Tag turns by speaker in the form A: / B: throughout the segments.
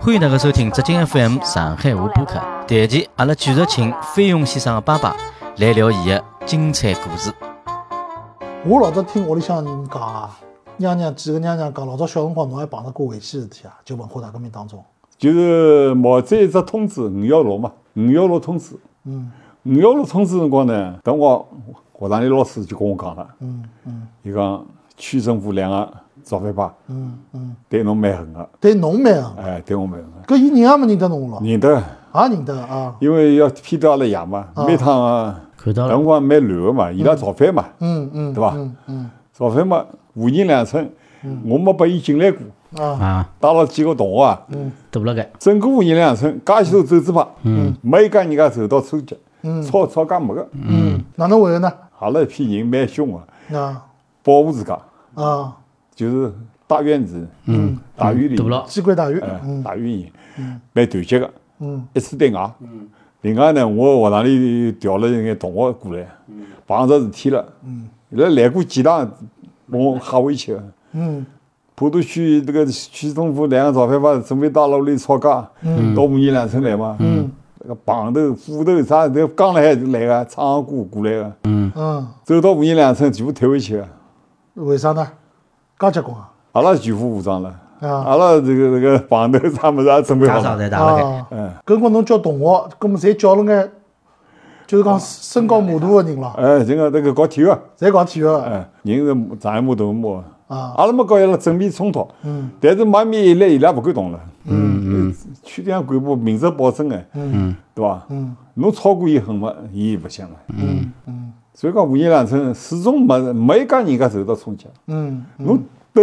A: 欢迎大家收听浙江 FM 上海话播客。这一期阿拉继续请菲佣先生的爸爸来聊伊的精彩故事。
B: 我老早听屋里向人讲啊，娘娘几个娘娘讲，老早小辰光侬还碰着过违纪事体啊，就文化大革命当中。
C: 就是毛主席一只通知五幺六嘛，五幺六通知。
B: 嗯
C: 五幺六通知辰光呢，当我学堂里老师就跟我讲了，
B: 嗯嗯
C: 伊讲区政府两个造反派
B: 嗯嗯，
C: 对侬蛮狠个，
B: 对侬蛮啊，
C: 哎，对我蛮狠个，
B: 搿伊认也没认得侬了，
C: 认得，
B: 也认得啊。
C: 因为要批到阿拉爷嘛，每趟啊
A: 看到了
C: 辰光蛮乱个嘛，伊拉造反嘛，
B: 嗯嗯，
C: 对吧
B: 嗯嗯
C: 造反嘛，五人两村，我没拨伊进来过，
B: 啊，
A: 啊，
C: 带了几个同学啊，
A: 堵了嗯该。
C: 整个五人两村，介许多走字旁，没一家人家受到冲击，吵吵架没个，
B: 嗯，哪能会的呢？
C: 阿拉一批人蛮凶个，
B: 啊
C: 保护自家，
B: 啊，
C: 就是大院子，嗯，大院里
A: 堵了，
B: 机关大狱，
C: 哎
B: 嗯
C: 大院里蛮团结个，
B: 嗯
C: 一致对外。另外呢，我学堂里调了一眼同学过来，碰着事体了，伊拉来过几趟，把我吓回去个。
B: 嗯
C: 普陀区这个区政府两个造反派准备到了屋里吵架，
B: 嗯
C: 到五年两村来嘛，那个棒头、斧头啥都刚来就来个，唱歌过来个，
B: 嗯，
C: 走到五年两村全部退回去个，
B: 为啥呢？介结棍啊
C: 阿拉全副武装了，
B: 啊
C: 阿拉这个这个棒头啥么子也准备好
A: 家常
C: 了，
A: 在打了该。
B: 啊！
C: 嗯，
B: 搿辰光侬叫同学，搿么侪叫了眼，就是讲身高马大个人了，
C: 哎，这个这个搞体育个，
B: 侪搞体育个
C: 哎，人是长一码大一码的。
B: 啊。
C: 阿拉没搞伊拉正面冲突，
B: 嗯
C: 但是妈咪一来，伊拉勿敢动了。嗯嗯，区里向干部明哲保身哎，
B: 嗯
C: 对伐？
B: 嗯
C: 侬超过伊狠嘛，伊勿想了。
B: 嗯嗯
C: 所以讲五言两村始终没没一家人家受到冲击。
B: 嗯
C: 侬斗，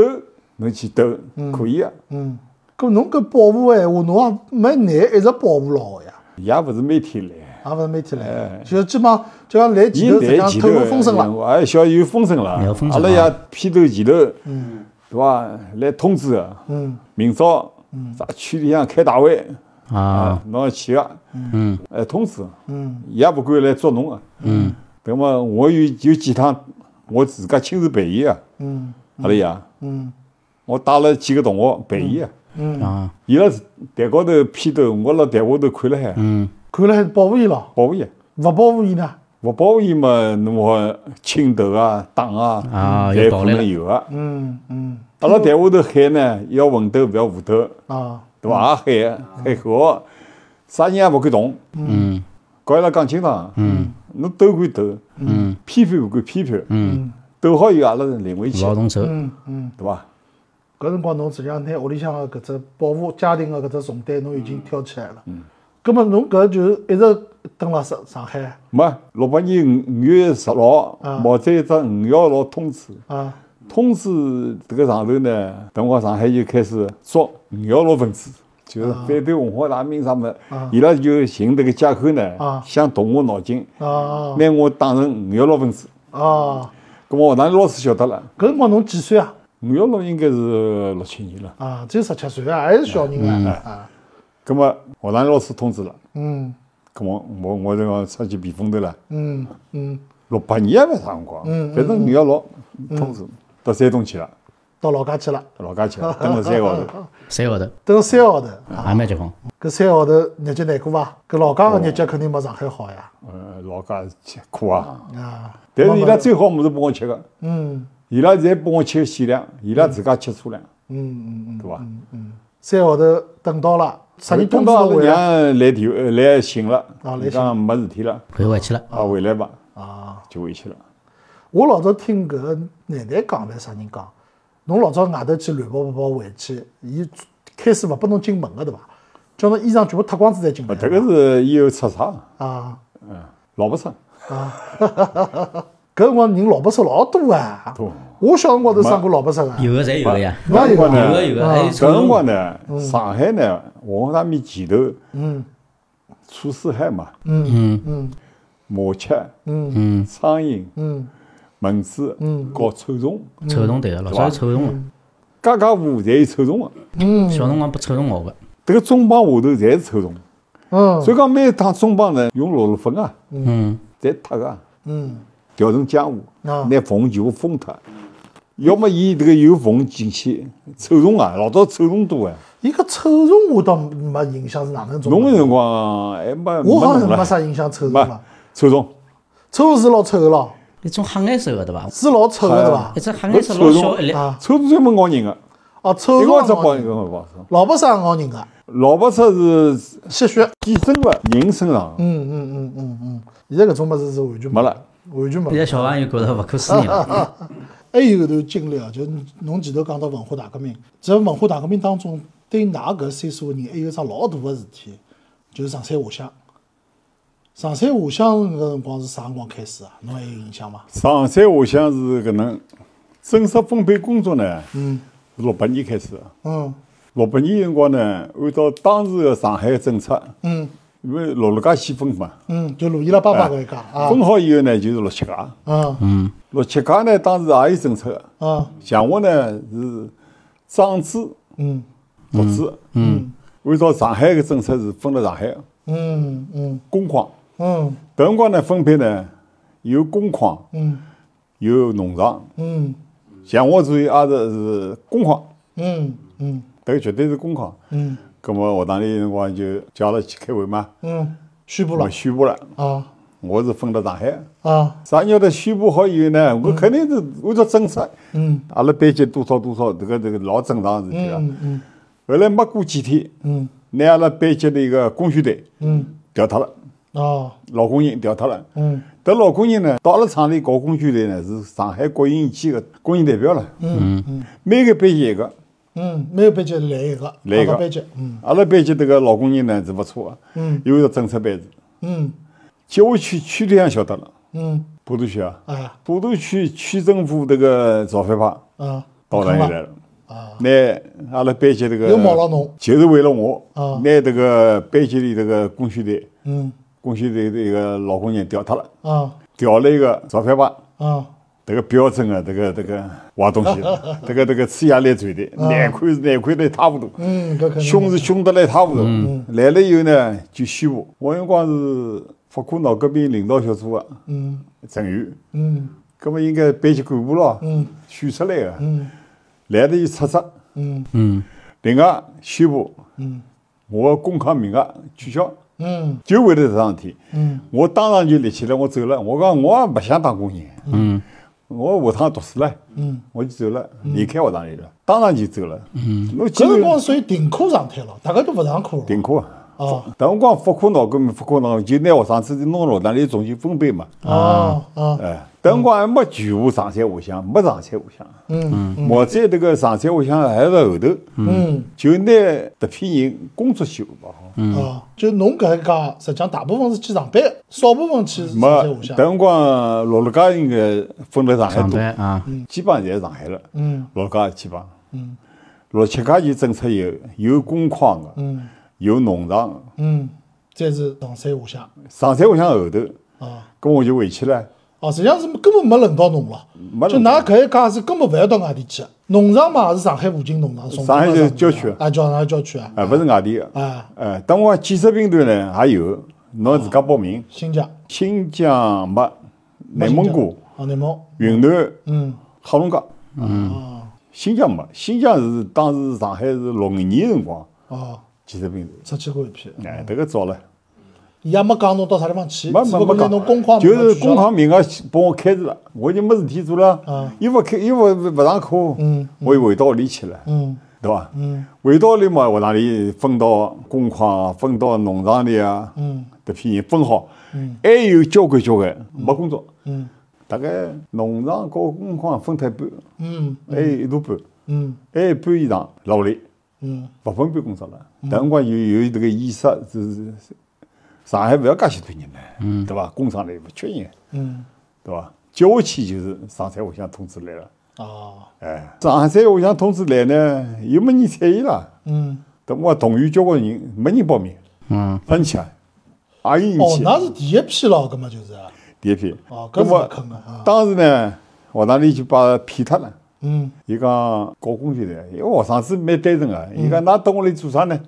C: 侬去斗，可以啊，
B: 嗯，搿侬搿保护个闲话，侬也啊没难一直保护牢个呀。
C: 也勿是每天来。
B: 也勿是每天来，就基本上就像来前
C: 伊
B: 嗯头
C: 来
B: 实际上
C: 前
B: 透
C: 头
B: 露风声了。
C: 哎，哎，小有风声了
A: 有风，
C: 阿
A: 声
C: 拉
A: 啊
C: 也批斗前头，对伐？来通知啊个，
B: 嗯
C: 明朝啥区里向开大会
D: 哦
A: 啊，，
C: 侬要去个，
A: 嗯，
C: 哎，通知。
B: 嗯
C: 也勿敢来捉侬啊。嗯，那么我有有几趟我自家亲自陪伊啊，
B: 嗯
C: 阿拉爷，
B: 嗯
C: 我带了几个同学陪伊啊。
A: 啊，
C: 伊拉台高头批斗，我辣台下头看了海，啊
A: 嗯，
B: 看来还是保护伊了，
C: 保护伊，
B: 勿保护伊呢？
C: 勿保护伊嘛，侬好青头啊、打啊，
A: 啊
C: 侪
A: 有道
C: 可
A: 理了
C: 能有啊。
B: 嗯嗯
C: 阿拉台下头喊呢，要文斗勿要武斗，
B: 啊
C: 对伐？也喊喊好，啥人也勿敢动。
A: 嗯
C: 告伊拉讲清爽，嗯，侬斗归斗，
A: 嗯，
C: 批判归批判，
A: 嗯，
C: 斗好以后阿拉领回
A: 勿
C: 去，
A: 好动手。
B: 嗯嗯，
C: 对伐？
B: 搿辰光侬实际上拿屋里向个搿只保护家庭个搿只重担，侬已经挑起来了。嗯，葛末侬搿就一直蹲辣上上海
C: 没，六八年五五月十六号
B: 啊，
C: 毛主席一只五幺六通知，
B: 啊
C: 通知这个上头呢，等我上海就开始抓五幺六分子，就是反对文化大革命啥么
B: 啊，
C: 伊拉就寻这个借口
B: 啊
C: 呢，想动我脑筋，
B: 啊
C: 拿我当成五幺六分子。
B: 啊！
C: 咁我学堂里老师晓得了，
B: 搿辰光侬几岁啊？
C: 五幺六应该是六七年了。
B: 啊，只有十七岁啊，还是小人啊啊！
C: 咁么学堂里老师通知了，
B: 嗯
C: 咁我我我这个出去避风头了。
B: 嗯嗯，
C: 六八年也没啥辰光，反正五幺六通知到山东去了，
B: 到老家去了，
C: 老家去了，蹲了三个号头。
B: 嗯
A: 三个号头，
B: 蹲三个号头。
A: 也蛮结棍。
B: 搿三个号头日脚难过伐？搿老家个日脚肯定没上海好呀。
C: 呃，老家吃苦啊，
B: 啊，
C: 但是伊拉
B: 没办法
C: 最好物事拨我吃个，
B: 嗯
C: 伊拉侪拨我吃个限量，伊拉自家吃粗粮，
B: 嗯嗯嗯，
C: 对伐？
B: 三个号头等到了，啥人通
C: 等
B: 知
C: 到
B: 侬
C: 阿拉
B: 回来
C: 娘来电话来信了
B: 啊，来
C: 伊讲没事体了，
A: 回回去了，
C: 啊，回来吧，
B: 啊？
C: 就回去了。
B: 我老早听搿个奶奶讲，还是啥人讲？侬老早外头去乱跑跑跑回去，伊开始勿拨侬进门个对伐？叫侬衣裳全部脱光子再进
C: 勿，
B: 来
C: 迭啊个是以后出啥？
B: 啊！
C: 老不生，
B: 搿辰光人老百姓老多啊
C: 多，
B: 我小辰光都生过老百姓啊，
A: 有的侪有的呀，
B: 哪有
A: 有
D: 嗯
B: 啊
A: 的有的，
D: 哦
A: 哎还有
C: 搿辰
A: 光
C: 光呢，
B: 嗯
C: 上海呢，文化大革命前头，嗯，楚四海嘛，
A: 嗯
B: 嗯
C: 麻雀、
B: 嗯
C: 苍蝇、
B: 嗯
C: 蚊子，
B: 嗯
C: 搞臭虫，
A: 臭虫对个，老早有臭虫
C: 家家户户侪有臭虫个。
A: 个，小辰光被臭虫咬个，
C: 迭个中帮下头侪是臭虫，
B: 嗯
C: 所以讲每一趟中帮呢用六六粉啊，
A: 嗯，
C: 侪塌个，
B: 嗯
C: 调成浆糊
B: 啊，
C: 拿缝全部封脱，要么伊迭个有缝进去，臭虫啊，老早臭虫多哎。
B: 伊搿臭虫我倒没印象是哪能种
C: 侬
B: 的，
C: 个辰光还哎没
B: 我好像是
C: 没弄
B: 没
C: 了，
B: 啥印象臭虫
C: 没
B: 了。
C: 臭虫，
B: 臭虫是老臭个咯，
D: 一种黑颜色的对伐？
B: 是老臭个对伐
D: 一？只黑颜色老小一哎粒，
B: 啊，
C: 臭虫专门咬人个，
B: 哦，臭
C: 一
B: 虫
C: 咬
B: 也
C: 只
B: 咬
C: 包一
B: 人，
C: 个咬死。
B: 老百姓也咬人个，
C: 老白菜是
B: 吸血。
C: 寄生个人身上的，
B: 嗯嗯嗯嗯嗯，现在搿种物事是完全
C: 没，了。
B: 完全
D: 现
B: 没
D: 在
B: 了。
D: 小朋友觉着勿可 思议了。
B: 还有一段经历哦，就侬前头讲到文化大革命，在文化大革命当中，对㑚搿岁数个人还有一桩老大个事体，就是上山下乡。上山下乡搿辰光是啥辰光开始啊？侬还有印象伐？
C: 上山下乡是搿能，正式分配工作呢，嗯，是六八年开始的。
B: 嗯
C: 六八年辰光呢，按照当时的上海的政策，
B: 嗯
C: 因为六六家先分嘛，
B: 嗯，就鲁伊拉爸爸搿一家啊，
C: 分好以后呢，就是六七家。
B: 嗯
C: 六七家呢，当时也有政策的。
B: 嗯
C: 像我呢是长子、
B: 嗯
C: 独子，嗯，按照上海的政策是分了上海的
B: 嗯嗯
C: 工矿。
B: 嗯
C: 搿辰光呢分配呢有工矿，
B: 嗯
C: 有农场，
B: 嗯
C: 像我属于阿是是工矿，
B: 嗯嗯
C: 迭个绝对是工矿。
B: 嗯
C: 葛末学堂里辰光就叫了去开会嘛，
B: 嗯，宣布
C: 我
B: 了
C: 宣布了，
B: 啊
C: 我是分到上海。
B: 啊
C: 啥鸟的宣布好以后呢，我肯定是按照政策，
B: 嗯
C: 阿拉班级多少多少，迭个迭个老正常的事体
B: 嗯
C: 啊。
B: 嗯
C: 后来没过几天，
B: 嗯
C: 拿阿拉班级的一个工训队
B: 嗯
C: 调脱了，
B: 哦
C: 老工人调脱了。
B: 嗯
C: 迭老工人呢，到阿拉厂里搞工训队呢，是上海国营企业的工人代表了。
B: 嗯
C: 每个班级一个，
B: 嗯，每个班级来一个，
C: 来一个
B: 个班级，嗯
C: 阿拉班级迭个老工人呢是勿错的，
B: 嗯
C: 有个政策班子。
B: 嗯
C: 接下去区里向晓得了，
B: 嗯
C: 普陀区啊，
B: 啊
C: 普陀区区政府迭个造反派
B: 啊，
C: 到
B: 看
C: 咱里
B: 吧
C: 来了。拿阿拉班级迭个
B: 啊又冒了侬，
C: 就是为了我，
B: 啊
C: 拿迭个班级里迭个工训队，
B: 嗯
C: 工训队的一个老工人调脱了，
B: 啊
C: 调了一个造反派。
B: 啊
C: 这个标准啊，这个这个坏东西， 这个这个呲牙咧嘴的，
B: 啊
C: 难看是难看的一塌糊涂，
B: 嗯，搿肯定
C: 凶是凶得来一塌糊涂。
B: 嗯
C: 来了以后呢，就宣布，我辰光是法科脑革命领导小组啊
B: 嗯
C: 成员，
B: 嗯
C: 葛么应该班级干部咯，选出来的，来了就出职，
B: 嗯
C: 另外宣布，我的公考名额取消，
B: 嗯
C: 就为了这桩事体，
B: 嗯
C: 我当场就立起来，我走了。我讲我也不想当工人，嗯，我下趟读书了，
B: 嗯，
C: 我就走了，离开学堂里了，当然就走了。嗯，我
B: 搿
C: 记
B: 辰光
C: 得
B: 属于停课状态了，大家都勿上课了，
C: 顶课
B: 哦
C: 啊，当辰光复课闹革命，复课闹就拿学生子弟弄到学堂里重新分配嘛。
B: 哦哦，
C: 哎，当辰光还没全部上山下乡，没上山下乡，
B: 嗯
C: 毛主席这个上山下乡还是后头，
B: 嗯
C: 就拿这批人工作修好。
B: 哦，就侬搿一家，实际上大部分是去上班，少部分去
C: 没
B: 上山，下
C: 等
B: 乡，
C: 辰光六六家应该分了上海
D: 上
C: 多，
D: 班啊，
C: 基本上侪是上海了。
B: 嗯
C: 六家基本上，六七家就政策有有工矿的，
B: 嗯
C: 有农场的。
B: 嗯，再是上山下乡，
C: 上山下乡后头，
B: 哦
C: 咁我就回去了。
B: 哦，实际上是根本没轮到侬了，
C: 没
B: 就
C: 轮到
B: 㑚搿一家是根本勿要到外地去的，农场嘛也是上海附近农场，送
C: 上海
B: 到
C: 就
B: 上
C: 郊
B: 面
C: 区
B: 啊，叫上海郊区啊，
C: 哎，勿是外地的。
B: 啊，
C: 哎，当我建设兵团呢还有，侬自家报名。
B: 新疆、
C: 新疆没，内蒙古、
B: 啊，内蒙，
C: 云南、
B: 嗯，啊
C: 黑龙江。嗯。新疆没，新疆是当时上海是六五年辰光
B: 哦，
C: 建设兵
B: 出去过一批，
C: 团，哎，迭个早了。
B: 伊也没讲侬到啥地方去，
C: 没
B: 只
C: 没
B: 不过
C: 没
B: 拿侬工矿
C: 就是工矿名额帮我开除了，我就没事体做了
B: 啊，
C: 又勿开又勿勿上课，
B: 嗯
C: 我又回到屋里去了，
B: 嗯
C: 对伐？嗯，回到屋里嘛，学堂里分到工矿啊，分到农场里啊，
B: 嗯，
C: 迭批人分好，还有交关交关没工作，
B: 嗯
C: 大概农场和工矿分脱一半，
B: 嗯
C: 还有一大半，
B: 嗯
C: 还有哎一半以上辣屋里，
B: 嗯，
C: 勿分配工作了。但辰光有有迭个意识，是是上海勿要介许多人呢，对伐？工厂里勿缺人。
B: 嗯，
C: 对伐？接下去就是上山下乡通知来了，
B: 哦，
C: 哎，上山下乡通知来呢，又没人睬伊啦。
B: 嗯，
C: 等我同院交关人，没人报名，
D: 嗯，
C: 喷起，也有人
B: 哦，
C: 去，
B: 那是第一批了，搿么就是，
C: 第一批。
B: 哦，搿
C: 搿
B: 是
C: 么
B: 勿坑的啊，
C: 当时呢，学堂里就把骗脱了。
B: 嗯
C: 伊讲搞工具的，因为学生子蛮单纯个。
B: 嗯
C: 伊讲，㑚到屋里做啥呢？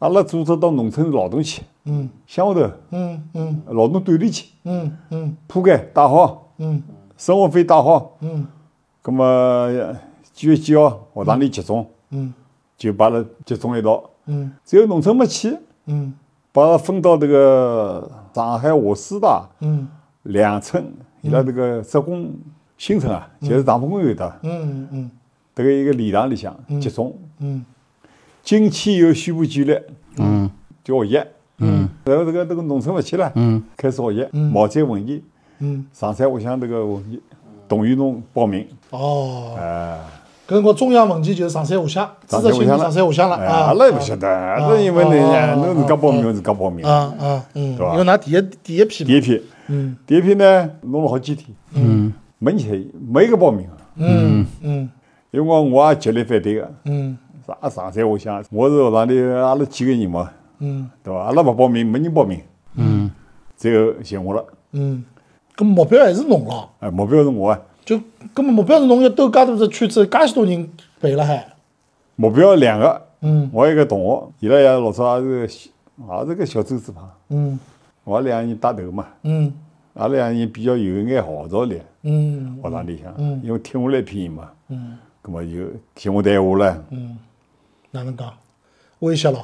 C: 阿拉组织到农村劳动去，
B: 嗯
C: 乡下头
B: 嗯嗯
C: 劳动锻炼去，
B: 嗯嗯
C: 铺盖打好，
B: 嗯
C: 生活费打好，
B: 嗯，
C: 葛么几月几号学堂里集中，就把拉集中一道。
B: 嗯
C: 只有农村没去，
B: 嗯
C: 把他分到这个上海华师大
B: 嗯
C: 两村，伊拉这个职工新村啊，就是大风公园的
B: 嗯嗯
C: 这个一个礼堂里向集中。
B: 嗯
C: 近期有宣布纪律，嗯，就学习，嗯，然后这个这个农村不去了，嗯，开始学习，毛寨文艺，
B: 嗯，
C: 上山我想这个文艺，董宇侬报名，
B: 哦，
C: 哎，
B: 搿辰光中央文件就是上山下乡，
C: 上
B: 资
C: 山
B: 质
C: 下
B: 性
C: 乡
B: 就上
C: 了
B: 山下乡了
C: 哎
B: 啊哦
C: 阿拉也不晓得，那因为那呀，侬自家报名，自家报名
B: 啊，啊嗯，
C: 对吧
B: 因为㑚第一第一批嘛
C: 第一批，
B: 嗯，
C: 第一批呢弄了好几天，嗯，没人没一个报名的，
B: 嗯嗯
C: 因为我我也极力反对个，
B: 嗯
C: 啥上山下乡，我是学堂里阿拉几个人嘛，
B: 嗯
C: 对吧？阿拉不报名，没人报名，嗯，最后寻我了，
B: 嗯，搿目标还是侬了。
C: 哎，目标是我啊。
B: 就搿么目标是侬要兜介大只圈子，介许多人陪了海。
C: 目标两个，
B: 嗯
C: 我有一个同学，伊拉也老早也是个小，也是个小周子派，
B: 嗯
C: 我两个人带头嘛，
B: 嗯
C: 阿拉两个人比较有一眼号召力，
B: 嗯
C: 学堂里向，因为听下来一批人嘛，嗯，葛么就听我谈话了，
B: 嗯哪能讲？威胁了。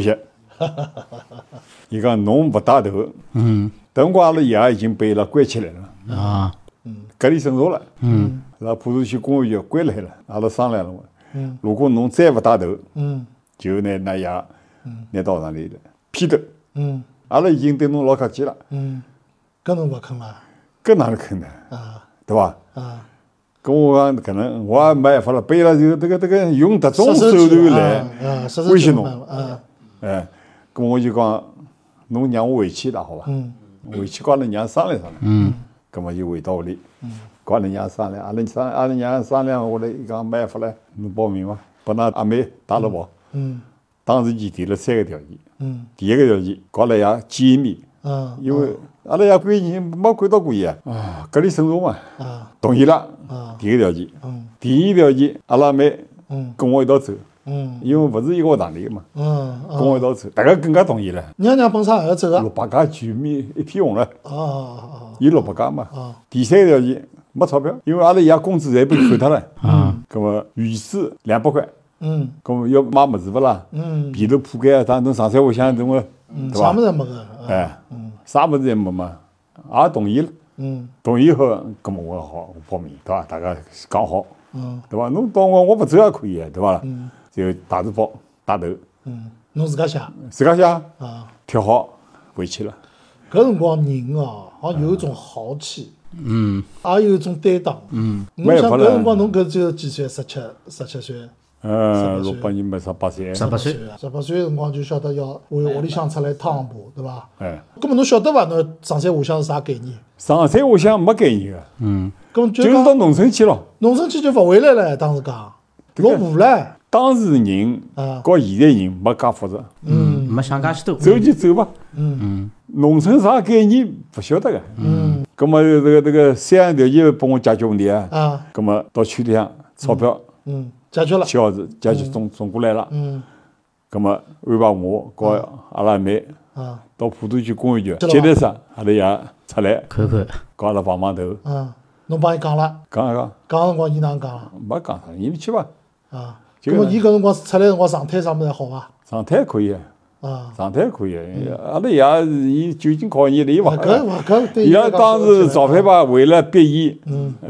C: 胁，伊讲侬勿带头，嗯，等光阿拉爷已经被伊拉关起来了，
D: 啊，
C: 隔离审查了，嗯，拉浦东区公安局关了海了，阿拉商量了，嗯，如果侬再勿带头，
B: 嗯
C: 就拿那爷拿到学堂里来批斗。
B: 嗯
C: 阿拉已经对侬老客气了，
B: 嗯，搿侬勿肯伐？
C: 搿哪能可能，
B: 啊
C: 对伐？
B: 啊
C: 跟我讲搿能，我也没办法了，被伊拉就这个这个用迭种手段来
B: 啊，实
C: 威胁侬
B: 侬啊，
C: 哎，搿我就讲，侬让我回去啦，好伐？
B: 嗯
C: 回去跟阿拉娘商量商量。嗯，葛末就回到屋里，
B: 嗯
C: 跟阿拉娘商量，阿拉商阿拉娘商量下来，伊讲没办法了，侬报名伐？把那阿妹带了跑。
B: 嗯
C: 当时伊提了三个条件，
B: 嗯
C: 第一个条件，跟阿拉爷见一面，
B: 啊
C: 因为阿拉爷关键没管到过伊啊，啊，隔离审查嘛。
B: 啊
C: 同意了
B: 啊，
C: 第一个条件。
B: 嗯
C: 第二条件，阿拉妹
B: 嗯
C: 跟我一道走，
B: 嗯
C: 因为勿是一个学堂里个嘛，
B: 嗯
C: 跟
B: 啊，
C: 我一道走，大家更加同意了。
B: 娘娘本身也要走啊
C: 六百家全面一片红了，
B: 啊啊
C: 有六百家嘛
B: 啊。
C: 第三个条件，没钞票，因为阿拉爷工资侪被扣脱了。嗯。葛么原资两百块，
B: 嗯
C: 葛么要买物事勿啦？
B: 嗯
C: 被头铺盖啊，啥侬上山下乡怎么？
B: 嗯，
C: 对
B: 啥
C: 伐
B: 物？事也没个，啊
C: 哎，啥物事也没嘛，也同意了。
B: 嗯
C: 同意后，葛么我好我报名，对伐？大家讲好。
B: 嗯
C: 对伐？侬到我我勿走也可以个，对伐？嗯。就大字报打头，
B: 嗯，侬自家写啊。
C: 自家写贴好回去了。
B: 搿辰光人哦，好像有一种豪气，嗯，也有一种担当，嗯。侬
C: 没
B: 想
C: 法
B: 搿
C: 了
B: 辰光侬搿只有几岁？十七、十七岁、
C: 嗯，
B: 十八岁
C: 六八年没十八岁，
D: 十八
B: 岁
D: 岁，
B: 啊，十八岁的辰光就晓得要为屋里向出来趟步，对伐？
C: 哎，
B: 搿么侬晓得伐？侬上山下乡是啥概念？
C: 上山下乡没概念个，
B: 搿么就
C: 就是是到
B: 讲
C: 农村去咯。
B: 农村去就勿回来了，当时讲落户了，
C: 当时人
B: 啊
C: 和现在人没介复杂，
D: 嗯，没想介许多，
C: 走就走吧。嗯农村啥概念勿晓得个。嗯。葛么这个这个三样条件帮我解决问题啊。
B: 啊，
C: 葛么到村里向钞票
B: 嗯，解决了，
C: 七号子解决总总过来了。
B: 嗯
C: 葛么安排我和阿拉妹
B: 啊
C: 到浦东区公安局
B: 知道吧
C: 接待室，阿拉爷出来，
D: 看看，
C: 跟阿拉碰碰头，
B: 啊，侬帮伊讲了，
C: 讲一讲，
B: 讲的辰光伊哪能讲了
C: 没讲啥，你们去吧，
B: 啊？
C: 就
B: 搿
C: 是
B: 么伊搿辰光出来的辰光状态啥物事还好伐？
C: 状态可以，
B: 啊，
C: 状态可以。阿拉爷是伊酒精考验了，伊勿
B: 啊搿
C: 喝。
B: 勿搿对
C: 伊
B: 伊
C: 拉
B: 来讲嗯
C: 当
B: 是
C: 时造反派为了逼伊，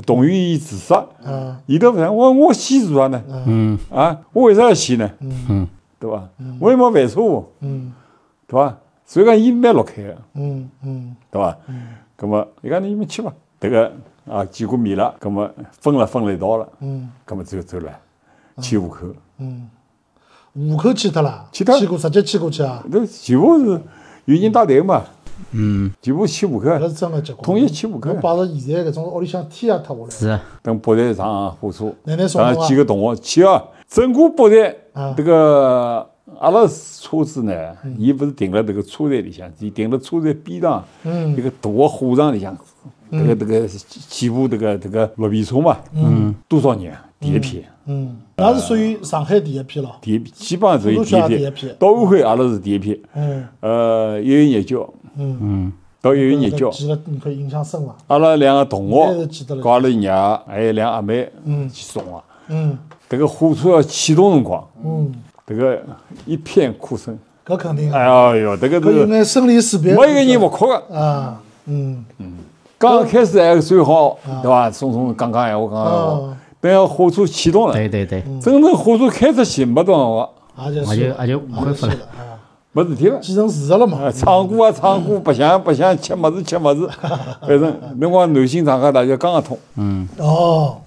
C: 同意伊自杀。
B: 啊
C: 伊都勿想，我我先自杀呢？嗯啊，我为啥要先呢？嗯，对伐？我又没犯错误，
B: 嗯
C: 对伐？所以讲伊蛮乐开个。
B: 嗯嗯
C: 对伐？咁么，伊讲你们去伐？迭个啊，见过面了，咁么分了分了一道了，
B: 嗯
C: 咁啊么走走了，去户口，
B: 嗯，户口去脱了，
C: 去脱
B: 过直接去过去啊，
C: 都全部是有人带头嘛，嗯，全部去户口，
B: 搿是真个结棍。
C: 统一去户口
B: 侬，摆着现在搿种屋里向天也塌下
D: 是
B: 来，
D: 啊，
C: 等北站上火车，
B: 奶奶送
C: 然
B: 侬
C: 后
B: 啊
C: 几个同学去啊，整个北
B: 啊嗯
C: 站迭个。阿拉车子呢，伊勿是停了迭个车站里向，伊停了车站边上，
B: 嗯
C: 一个大个火场里向，迭个迭个几几部迭个迭个绿皮车嘛，嗯，多少人啊？第一批，
B: 嗯，
C: 啊
B: 那是属于上海第一批咯。
C: 第一批，基本上属于
B: 都
C: 第
B: 是
C: 一
B: 阿拉第一
C: 批
B: 批。
C: 到安徽阿拉是第一批，
B: 嗯
C: 呃，有研究，
B: 嗯
C: 到到一月廿九，
B: 记得你可以印象深伐？
C: 阿拉两个同
B: 我还是记
C: 学
B: 得了，
C: 跟阿拉爷还有两阿妹去送啊。
B: 嗯
C: 迭个火车要启动辰光，
B: 嗯，
C: 迭个一片哭声。
B: 搿肯定啊，
C: 哎哟，迭个
B: 搿有
C: 是
B: 眼生离死别，
C: 没一个人勿哭个。
B: 啊，嗯，
C: 刚开始还算好，对伐？松松讲讲闲话，讲讲闲话
B: 啊。
C: 等下火车启动了，
D: 对对对，
C: 真正火车开出去没多少辰
B: 也啊就
D: 我
B: 是
D: 就我就恢复了。
B: 啊，
C: 光，没事体了。
B: 既成事实了嘛
C: 啊，，唱歌啊，唱歌，白相白相，吃么子吃 么子，反正侬讲南京长江大桥刚刚通，
B: 哦，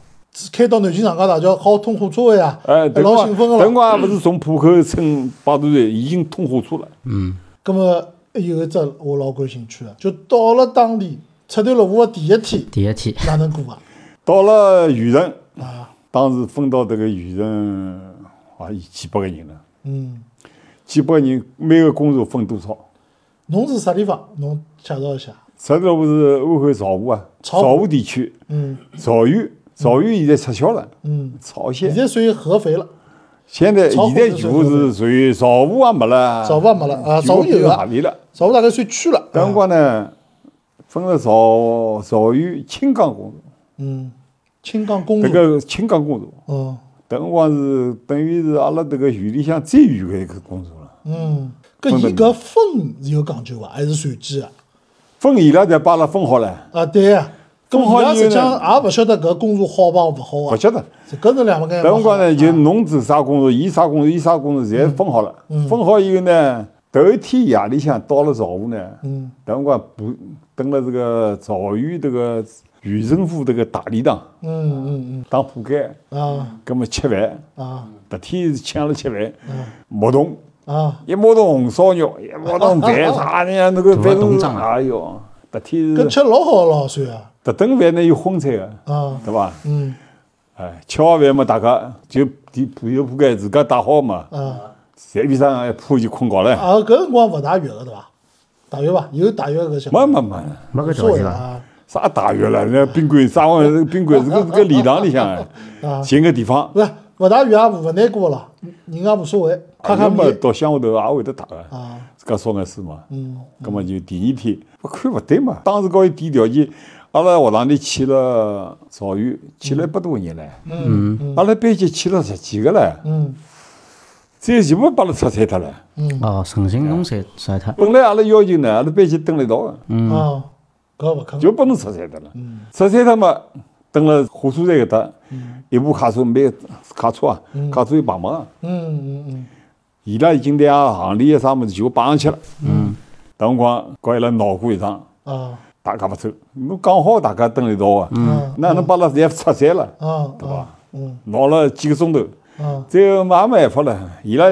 B: 开到南京长江大桥，好通火车位啊，
C: 哎，
B: 还
C: 等
B: 老
C: 光
B: 兴奋个
C: 等
B: 了。
C: 光也勿是从浦口乘摆渡船，已经通火车了。
D: 嗯
B: 葛么有一只我老感兴趣的，就到了当地赤头落户的第一天，
D: 第一天，
B: 哪能过啊？
C: 到了县城，
B: 啊，
C: 当时分到迭个县城，啊，有几百个人了，
B: 嗯，
C: 几百个人每个工作分多少？
B: 侬是啥地方？侬介绍一下。
C: 实际上是安徽巢湖啊，
B: 巢湖
C: 巢湖地区，
B: 嗯
C: 巢县，巢县现在撤销了，
B: 嗯，
C: 巢县
B: 现。在属于合肥了，
C: 现在
B: 巢湖
C: 现
B: 是
C: 在全部是属于巢湖啊也没了，
B: 巢湖也没了啊
C: 全
B: 巢
C: 部
B: 湖有
C: 变成
B: 了
C: 合肥了。
B: 巢湖大概算区了。
C: 搿辰光呢，分了朝朝县青江公路，
B: 嗯，青冈公
C: 迭
B: 路，
C: 个青江公路，
B: 嗯
C: 迭辰光是等于是阿拉迭个县里向最远个一个公路了。
B: 嗯，搿伊搿分是有讲究伐？还是随机啊？
C: 分伊拉侪把阿拉分好了，
B: 啊，对呀，搿
C: 分好
B: 伊拉
C: 以后
B: 实际
C: 呢
B: 上也勿晓得搿公路好帮勿好
C: 勿
B: 啊。
C: 晓得。
B: 搿是两个。
C: 搿辰光呢，就侬做啥工作，伊啥工作，伊啥工作，侪分好了。
B: 嗯
C: 分好以后呢，头一天夜里向到了巢湖呢，
B: 嗯
C: 搿辰光不蹲了这个巢县这个县政府这个大礼堂
B: 嗯嗯
C: 当铺盖，
B: 嗯啊
C: 葛末吃饭，
B: 啊
C: 白天是请阿拉吃饭，
B: 嗯
C: 没动。
B: 啊！
C: 一摸到红烧肉，一摸到饭啥呢？那个
D: 大
C: 饭
D: 动
C: 是
D: 荡啊
C: 哎哟，特天
B: 搿
C: 是
B: 吃老好了算啊
C: 特顿饭呢有荤菜个，
B: 啊
C: 对伐？
B: 嗯
C: 哎，吃好饭嘛，大家就地铺头铺盖自家打好嘛，
B: 啊
C: 随便上一铺就困觉了。
B: 啊！搿辰光勿大月个对伐？大月伐？有大月搿些。
C: 没没没，
D: 没
B: 无
D: 搿
B: 所
D: 条
B: 谓
D: 件
B: 了
D: 伐？
B: 啊
C: 啥大浴了？那宾馆啥玩意儿？宾馆是个是个礼堂里向
B: 啊
C: 哎，寻个地方，
B: 勿是勿大月也勿难过了，人家无所谓，看
C: 哎那
B: 看
C: 么
B: 面
C: 到乡下头也会得打个。
B: 啊
C: 自家烧眼水嘛。嗯，葛么就第二天，我看勿对嘛。当时高伊提条件，阿拉学堂里去了曹县，去了一百多个人唻。嗯，阿拉班级去了十几个唻。
B: 嗯，
C: 最后全部把阿拉拆散脱了。
D: 哦，诚信弄晒晒脱，
C: 本来阿拉要求呢，阿拉班级蹲了一道个，
B: 啊！搿勿肯
C: 就把侬拆散脱了。拆散脱嘛，蹲了火车站搿搭，一部卡车每卡车啊，卡车有排门啊。
B: 嗯嗯
C: 伊拉已经拿阿拉行李啊啥物事全部摆上去了。嗯，当辰光搞伊拉闹过一场。
B: 嗯啊
C: 大家勿走，侬讲好大家蹲一道啊，
B: 嗯
C: 哪能把拉侪拆散了，
B: 啊
C: 对伐？
B: 嗯
C: 闹了几个钟头，
B: 啊
C: 最后嘛也没办法了，伊拉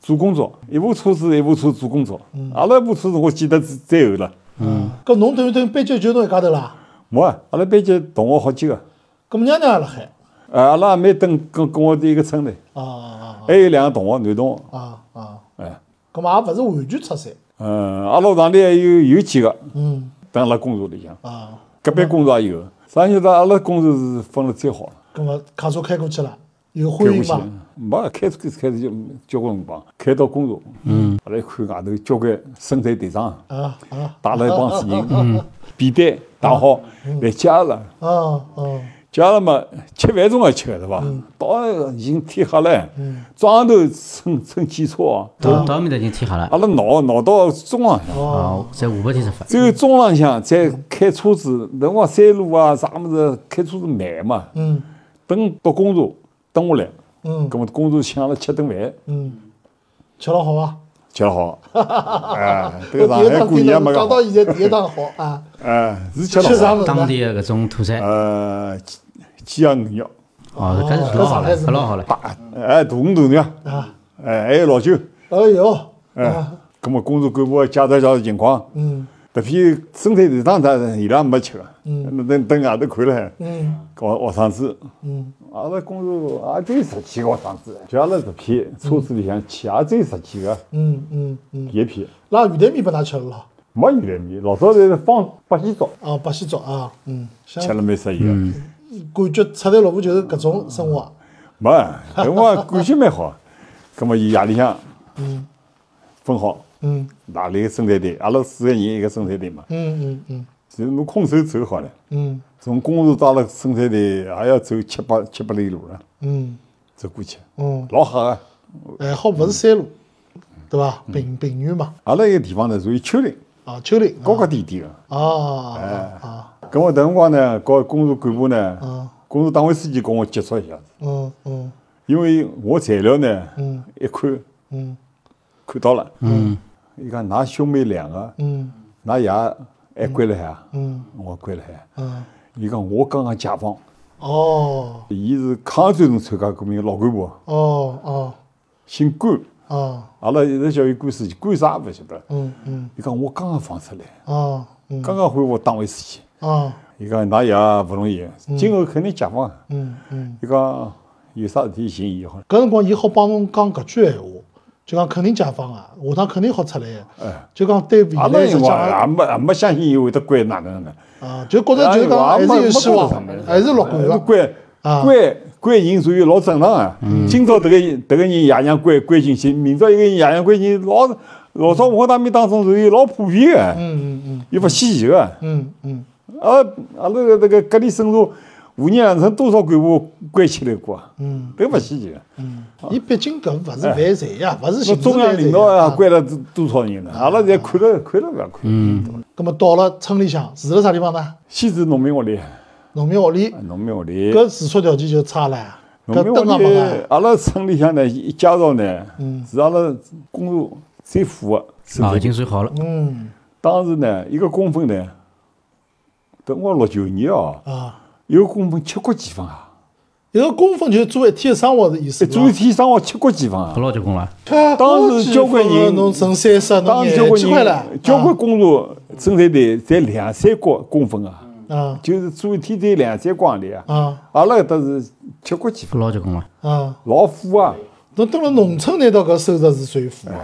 C: 做工作，一部车子一部车做工作，阿拉一部车子我记得是最后了，
B: 嗯，搿侬等于等于班级就侬一家头啦，
C: 没啊，阿拉班级同学好几个，
B: 搿么娘娘也辣海
C: 呃，阿拉阿妹蹲跟跟我在一个村里，
B: 啊啊
C: 还有两个同学男同学，
B: 啊啊啊！
C: 哎，
B: 搿么也勿是完全出散，
C: 嗯，阿拉学堂里还有有几个
B: 嗯
C: 蹲辣工作里向，
B: 啊，
C: 隔壁工作也有，啥晓得阿拉工作是分了最好了。
B: 搿么卡车开过去了，有
C: 开
B: 欢
C: 过
B: 迎
C: 去
B: 伐？，
C: 没开始开始开始就交关辰光，开到公路，嗯，后来看外头交关生产队长
B: 啊啊
C: 带了一帮子人，便当打好来接阿拉，
B: 啊啊！
C: 接阿拉嘛吃饭总要吃的是伐？到那个已经天黑了，早上头乘乘汽车啊，
D: 到到埃面搭已经天黑了
C: 阿，拉闹闹到中浪向，
D: 哦，在下半天才发，
C: 只有中浪向再开车子，辰光山路啊啥物事开车子慢嘛，
B: 嗯
C: 等到公路等下来，
B: 嗯
C: 葛末公路请阿拉吃顿饭。
B: 嗯，吃了好伐？
C: 吃得 好，
B: 我第一趟听到侬讲
C: 哎，这个上海过年也没个好
B: 到，现在第一趟好啊，
C: 哎，是吃
B: 吃
C: 得
B: 啥
C: 好，
B: 物事
D: 当
B: 呢？
D: 地的搿种土产，
C: 呃，鸡鸡鸭鱼肉，
D: 哦，搿是
B: 搿
D: 老好
B: 上海
D: 了，
B: 是
D: 搿老好了，
C: 哎，大鱼大肉，
B: 啊，
C: 哎，还有老酒，
B: 哎哟，
C: 哎
B: 啊，，
C: 葛么工作干部介绍介绍情况，
B: 嗯
C: 特批生产队长啥伊拉没吃个，嗯，等等外头看了，
B: 嗯
C: 搞学生子，
B: 嗯，
C: 阿拉工作啊也就十几个学生子，就阿拉这批车子里向去也就十几个，
B: 嗯嗯嗯，
C: 一批，
B: 拉鱼蛋面拨㑚吃了咯，
C: 没鱼来面，老早侪是放八喜粥，
B: 啊，白喜粥啊，嗯，像
C: 吃了蛮适意个。
B: 感觉出来老婆就是搿种生活，
C: 哎没，辰光感觉蛮好。葛么伊夜里向，嗯，分好，
B: 嗯
C: 哪里个生产队，阿拉四个人一个生产队嘛，
B: 嗯嗯嗯
C: 就是侬空手走好了，
B: 嗯
C: 从公司到了生产队还要走七八七八里路了，
B: 嗯
C: 走过去，
B: 嗯，
C: 老吓啊个。
B: 还呃好勿是山路，对伐？平平原嘛，
C: 阿拉一个地方呢属于丘陵，
B: 啊，丘陵，
C: 高高低低个。
B: 啊啊
C: 哎
B: 啊
C: 咁我迭辰光呢，和公社干部呢
B: 嗯，
C: 公社党委书记跟我接触一下子，
B: 嗯嗯
C: 因为我材料呢
B: 嗯，
C: 一看
B: 嗯
C: 看到了，嗯，伊讲㑚兄妹两个，
B: 嗯
C: 㑚爷还关辣海啊，
B: 嗯
C: 我关辣海，
B: 嗯，
C: 伊讲我刚刚解放，
B: 哦
C: 伊是抗日战争参加革命的老干部，
B: 哦
C: 姓关，
B: 哦啊，
C: 阿拉一直叫伊关书记，关啥也勿晓得，
B: 嗯嗯
C: 伊讲我刚刚放出来，
B: 啊嗯
C: 刚刚恢复党委书记，
B: 啊
C: 伊讲㑚爷不容易，今后肯定解放啊，
B: 嗯嗯。
C: 伊讲有啥事体寻伊好了。
B: 搿辰光伊好帮侬讲搿句闲话，就讲肯定解放啊，下趟肯定好出来
C: 哎
B: 个。就讲对未
C: 阿拉
B: 来是
C: 辰光也
B: 讲
C: 没也没相信伊会得关哪能呢？
B: 啊，就觉着就是讲还是有希望，还是乐观
C: 个。
B: 个。
C: 关
B: 啊嗯
C: 关关人属于老正常啊。今朝迭个人迭个人爷娘关关进去，明朝一个人爷娘关进去，老老早文化大革命当中属于老啊普遍个，
B: 嗯嗯
C: 又勿稀奇个。
B: 嗯嗯
C: 啊，阿拉个迭个隔离省属五年两城多少干部关起来过啊？
B: 嗯
C: 迭勿稀奇个。
B: 嗯，伊毕竟搿勿是犯罪呀，勿是
C: 啊哎那
B: 刑事
C: 中央
B: 犯罪
C: 领导啊，
B: 呀。
C: 关了多多少人呢？
B: 啊
C: 阿拉侪看了看了勿要
B: 嗯
C: 看。
B: 葛末到了村里向，住了啥地方呢？
C: 先是农民屋里，
B: 农民屋里，
C: 农民屋里。
B: 搿住宿条件就差了呀，搿
C: 农民
B: 灯也没
C: 屋里
B: 了，，
C: 阿拉村里向呢，一家族呢，
B: 嗯
C: 是阿拉公路最富的村
D: 啊，
C: 落
D: 已。经算好了，
B: 嗯
C: 当时呢，一个公分呢，等我六九年哦，
B: 啊，
C: 一个公分七角几分啊，
B: 一个工分就是做一天的生活的意思
C: 一
B: 吧。
C: 做一天生活七角几分啊
D: 不。老结棍了。
C: 当时交关人
B: 侬剩三十，侬
C: 当时
B: 廿
C: 交
B: 几块
C: 关
B: 了，
C: 人，交关公路生产队才两三角公分啊，
B: 啊
C: 就是做一天才两三角行钿啊。
B: 啊
C: 阿拉搿搭是七角几
D: 不
C: 分，
D: 老结棍了，
B: 啊！
C: 老富啊。
B: 侬蹲辣农村，难道搿收入是最富
C: 哎
B: 个？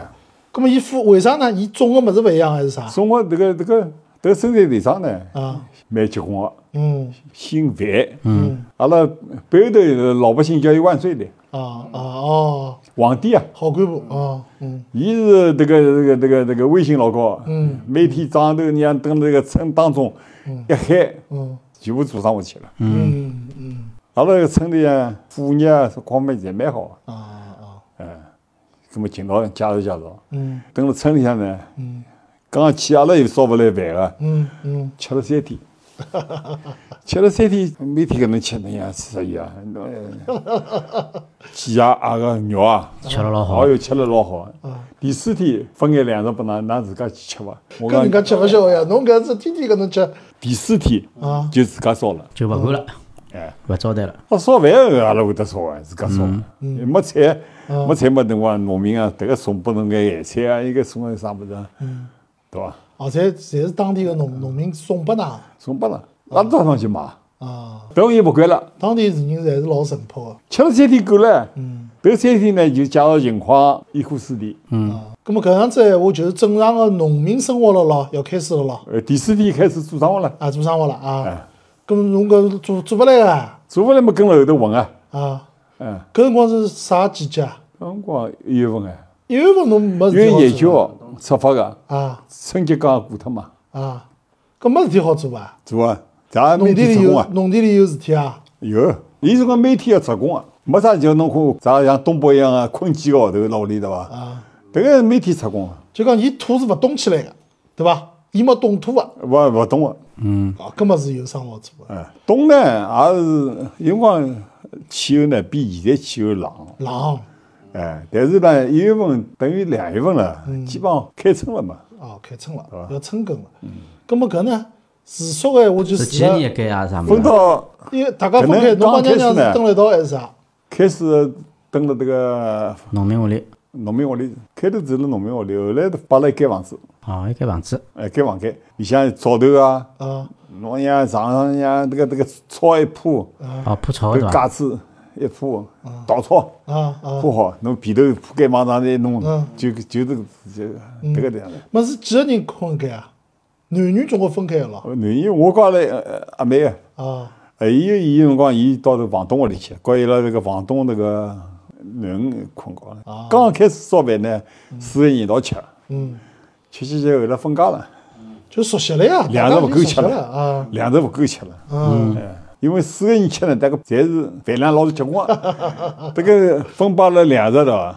B: 葛末伊富为啥呢？伊种个物事勿一样还是啥？
C: 中国迭个迭个迭个生产队长呢，
B: 啊，
C: 蛮结棍个。
B: 嗯
C: 姓范，嗯，阿拉背后头老百姓叫伊万岁的，
B: 啊啊哦，
C: 皇帝啊，
B: 好干部哦，嗯
C: 伊是这个这个这个这个威信老高，嗯，每天早上头你像蹲那个村当中一喊，
B: 嗯
C: 全部做生活去了。
B: 嗯嗯
C: 阿拉个村里啊，副业啊，各方面侪蛮好，
B: 啊啊
C: 嗯，那么今朝介绍介绍，
B: 嗯
C: 蹲辣村里向呢，嗯，刚去阿拉又烧勿来饭个，
B: 嗯嗯
C: 吃了三天。 吃了三天，每天搿能吃，那样吃啥呀？呃鸡啊，鸭个肉啊，
D: 吃了老好
C: 哎，哟，吃了老好。
B: 啊
C: 第四天分眼两食拨㑚，㑚自家去吃伐？我
B: 搿人家
C: 讲
B: 吃勿消呀，侬搿是天天搿能吃
C: 第四天
B: 啊
C: 就自家烧了，
D: 就不管了，
C: 哎，
D: 不招待了。
C: 啊，烧饭阿拉会得烧啊，自家烧，
B: 嗯
C: 没菜，
B: 啊
C: 没菜没辰光农民啊，迭个送拨侬眼咸菜啊，一个送个啥物事啊，
B: 嗯
C: 对伐？
B: 哦，侪侪是当地个农农民送拨㑚
C: 送拨了，阿拉早上去买，
B: 啊，
C: 迭个也勿管了。
B: 当地人侪是老淳朴个。
C: 吃了三天够了，
B: 嗯
C: 迭三天呢就介绍情况，忆苦思甜。
B: 啊，葛末搿样子闲话，就是正常个农民生活了咯，要开始了咯，
C: 呃，第四天开始做生活了，
B: 啊，做生活了啊。葛末侬搿做做勿来个啊
C: 做勿来么跟了后头混啊，
B: 啊？
C: 嗯，
B: 搿辰光是啥季节啊？
C: 搿辰光一月份哎，
B: 一月份侬没
C: 一
B: 事体
C: 月
B: 好
C: 廿
B: 做
C: 九号出发个，
B: 啊
C: 春节刚过脱嘛，
B: 啊，搿没事体好做伐？
C: 做啊，咱
B: 农
C: 每
B: 田
C: 天
B: 里
C: 出工
B: 有
C: 啊，
B: 农田里有事体啊？
C: 有，伊是讲每天要出工啊，没啥就侬看，咱像东北一样啊，困几个号头老里对伐？
B: 啊，
C: 迭个每天出工啊，
B: 就讲伊土是勿动起来个，对伐？伊没动土啊，
C: 勿勿懂啊，
B: 啊，搿么是有生活做个。
C: 哎，懂呢也是，有辰光气候呢比现在气候冷。
B: 冷
C: 哎，但是呢，一月份等于两月份了，基本上开春了嘛。
B: 啊，开春了，要春耕了。搿么搿呢？住宿个闲话就
D: 这
B: 住
D: 几年
B: 了，
D: 也该啊啥么
C: 分
D: 子，
C: 到
B: 因为大家分
C: 可
B: 开，
C: 能
B: 侬帮娘娘是
C: 刚开始呢
B: 蹲辣一道还是啥？
C: 开始蹲了这个
D: 农民屋里
C: 农民屋里，开头住了农民屋里，后来摆了一间房子，
D: 啊，一间房子，
C: 哎，间房间里向灶头啊，
B: 啊
C: 侬像床上像这个这个草一铺，
B: 嗯
D: 啊，铺草对
C: 这个
D: 伐？
C: 架子一铺，稻草
B: 啊啊！
C: 铺好，侬被头铺盖往上头一弄
B: 嗯，
C: 就就这个就这个这样的。
B: 么是几个人分开啊？男女总归分开个咯。
C: 呃男人我讲了呃呃阿妹啊。
B: 啊
C: 哎，伊伊有辰光，伊到这房东屋里去，告伊拉这个房东这个囡恩困觉了。刚开始烧饭呢，四个人一道吃，
B: 啊嗯，
C: 七夕节后来分家了，
B: 就熟悉了呀，
C: 两
B: 大
C: 个
B: 家
C: 不
B: 已
C: 够
B: 经熟悉
C: 吃
B: 了啊，
C: 两头不够吃了。
B: 嗯，
C: 哎因为四个人吃呢，大家侪是饭量老是 吃光，这个分包了两日的，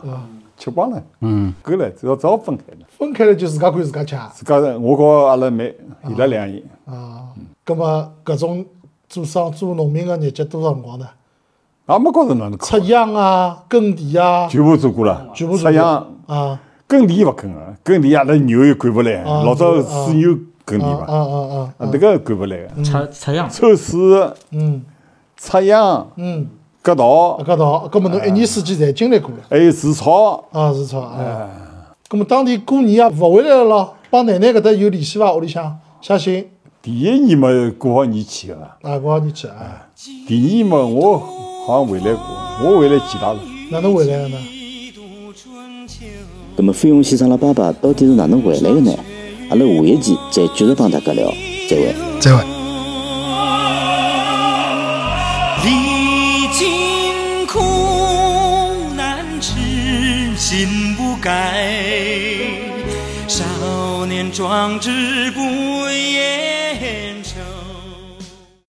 C: 吃光了，嗯，够了，只要早分开了。
B: 分开了就自家管自家吃啊。
C: 自家人我和阿拉妹，伊拉两人，
B: 葛啊么搿种做商做农民个日节多少辰光呢？
C: 也啊没觉着哪能
B: 插
C: 吃，
B: 秧啊，耕地啊，
C: 全部做过了，
B: 全部做
C: 插秧
B: 啊
C: 耕地勿耕啊，耕地阿拉牛又管不来，
B: 啊
C: 老早
B: 牛
C: 水牛耕地
B: 啊
C: 嘛，
B: 啊啊啊，
C: 啊，迭个管不来个，
D: 插插秧，
C: 抽水、
B: 嗯
C: 插秧、
B: 嗯，
C: 割
B: 啊
C: 稻，
B: 搿道，葛么侬一年四季侪经历过了
C: 还有除草，
B: 啊，是错啊。葛么当地过年啊，勿回来了咯，帮奶奶搿搭有联系伐？屋里向相信
C: 第一年嘛过好年去个，
B: 啊，我你去啊，
C: 第二年嘛我好像回来过，我回来见他了。
B: 哪能回来了呢？
E: 那么费用先生的爸爸到底是哪能回来的呢？阿拉下一期再继续帮大家聊，再会。
B: 再会。
F: 历尽苦难，痴心不改。少年壮志不言。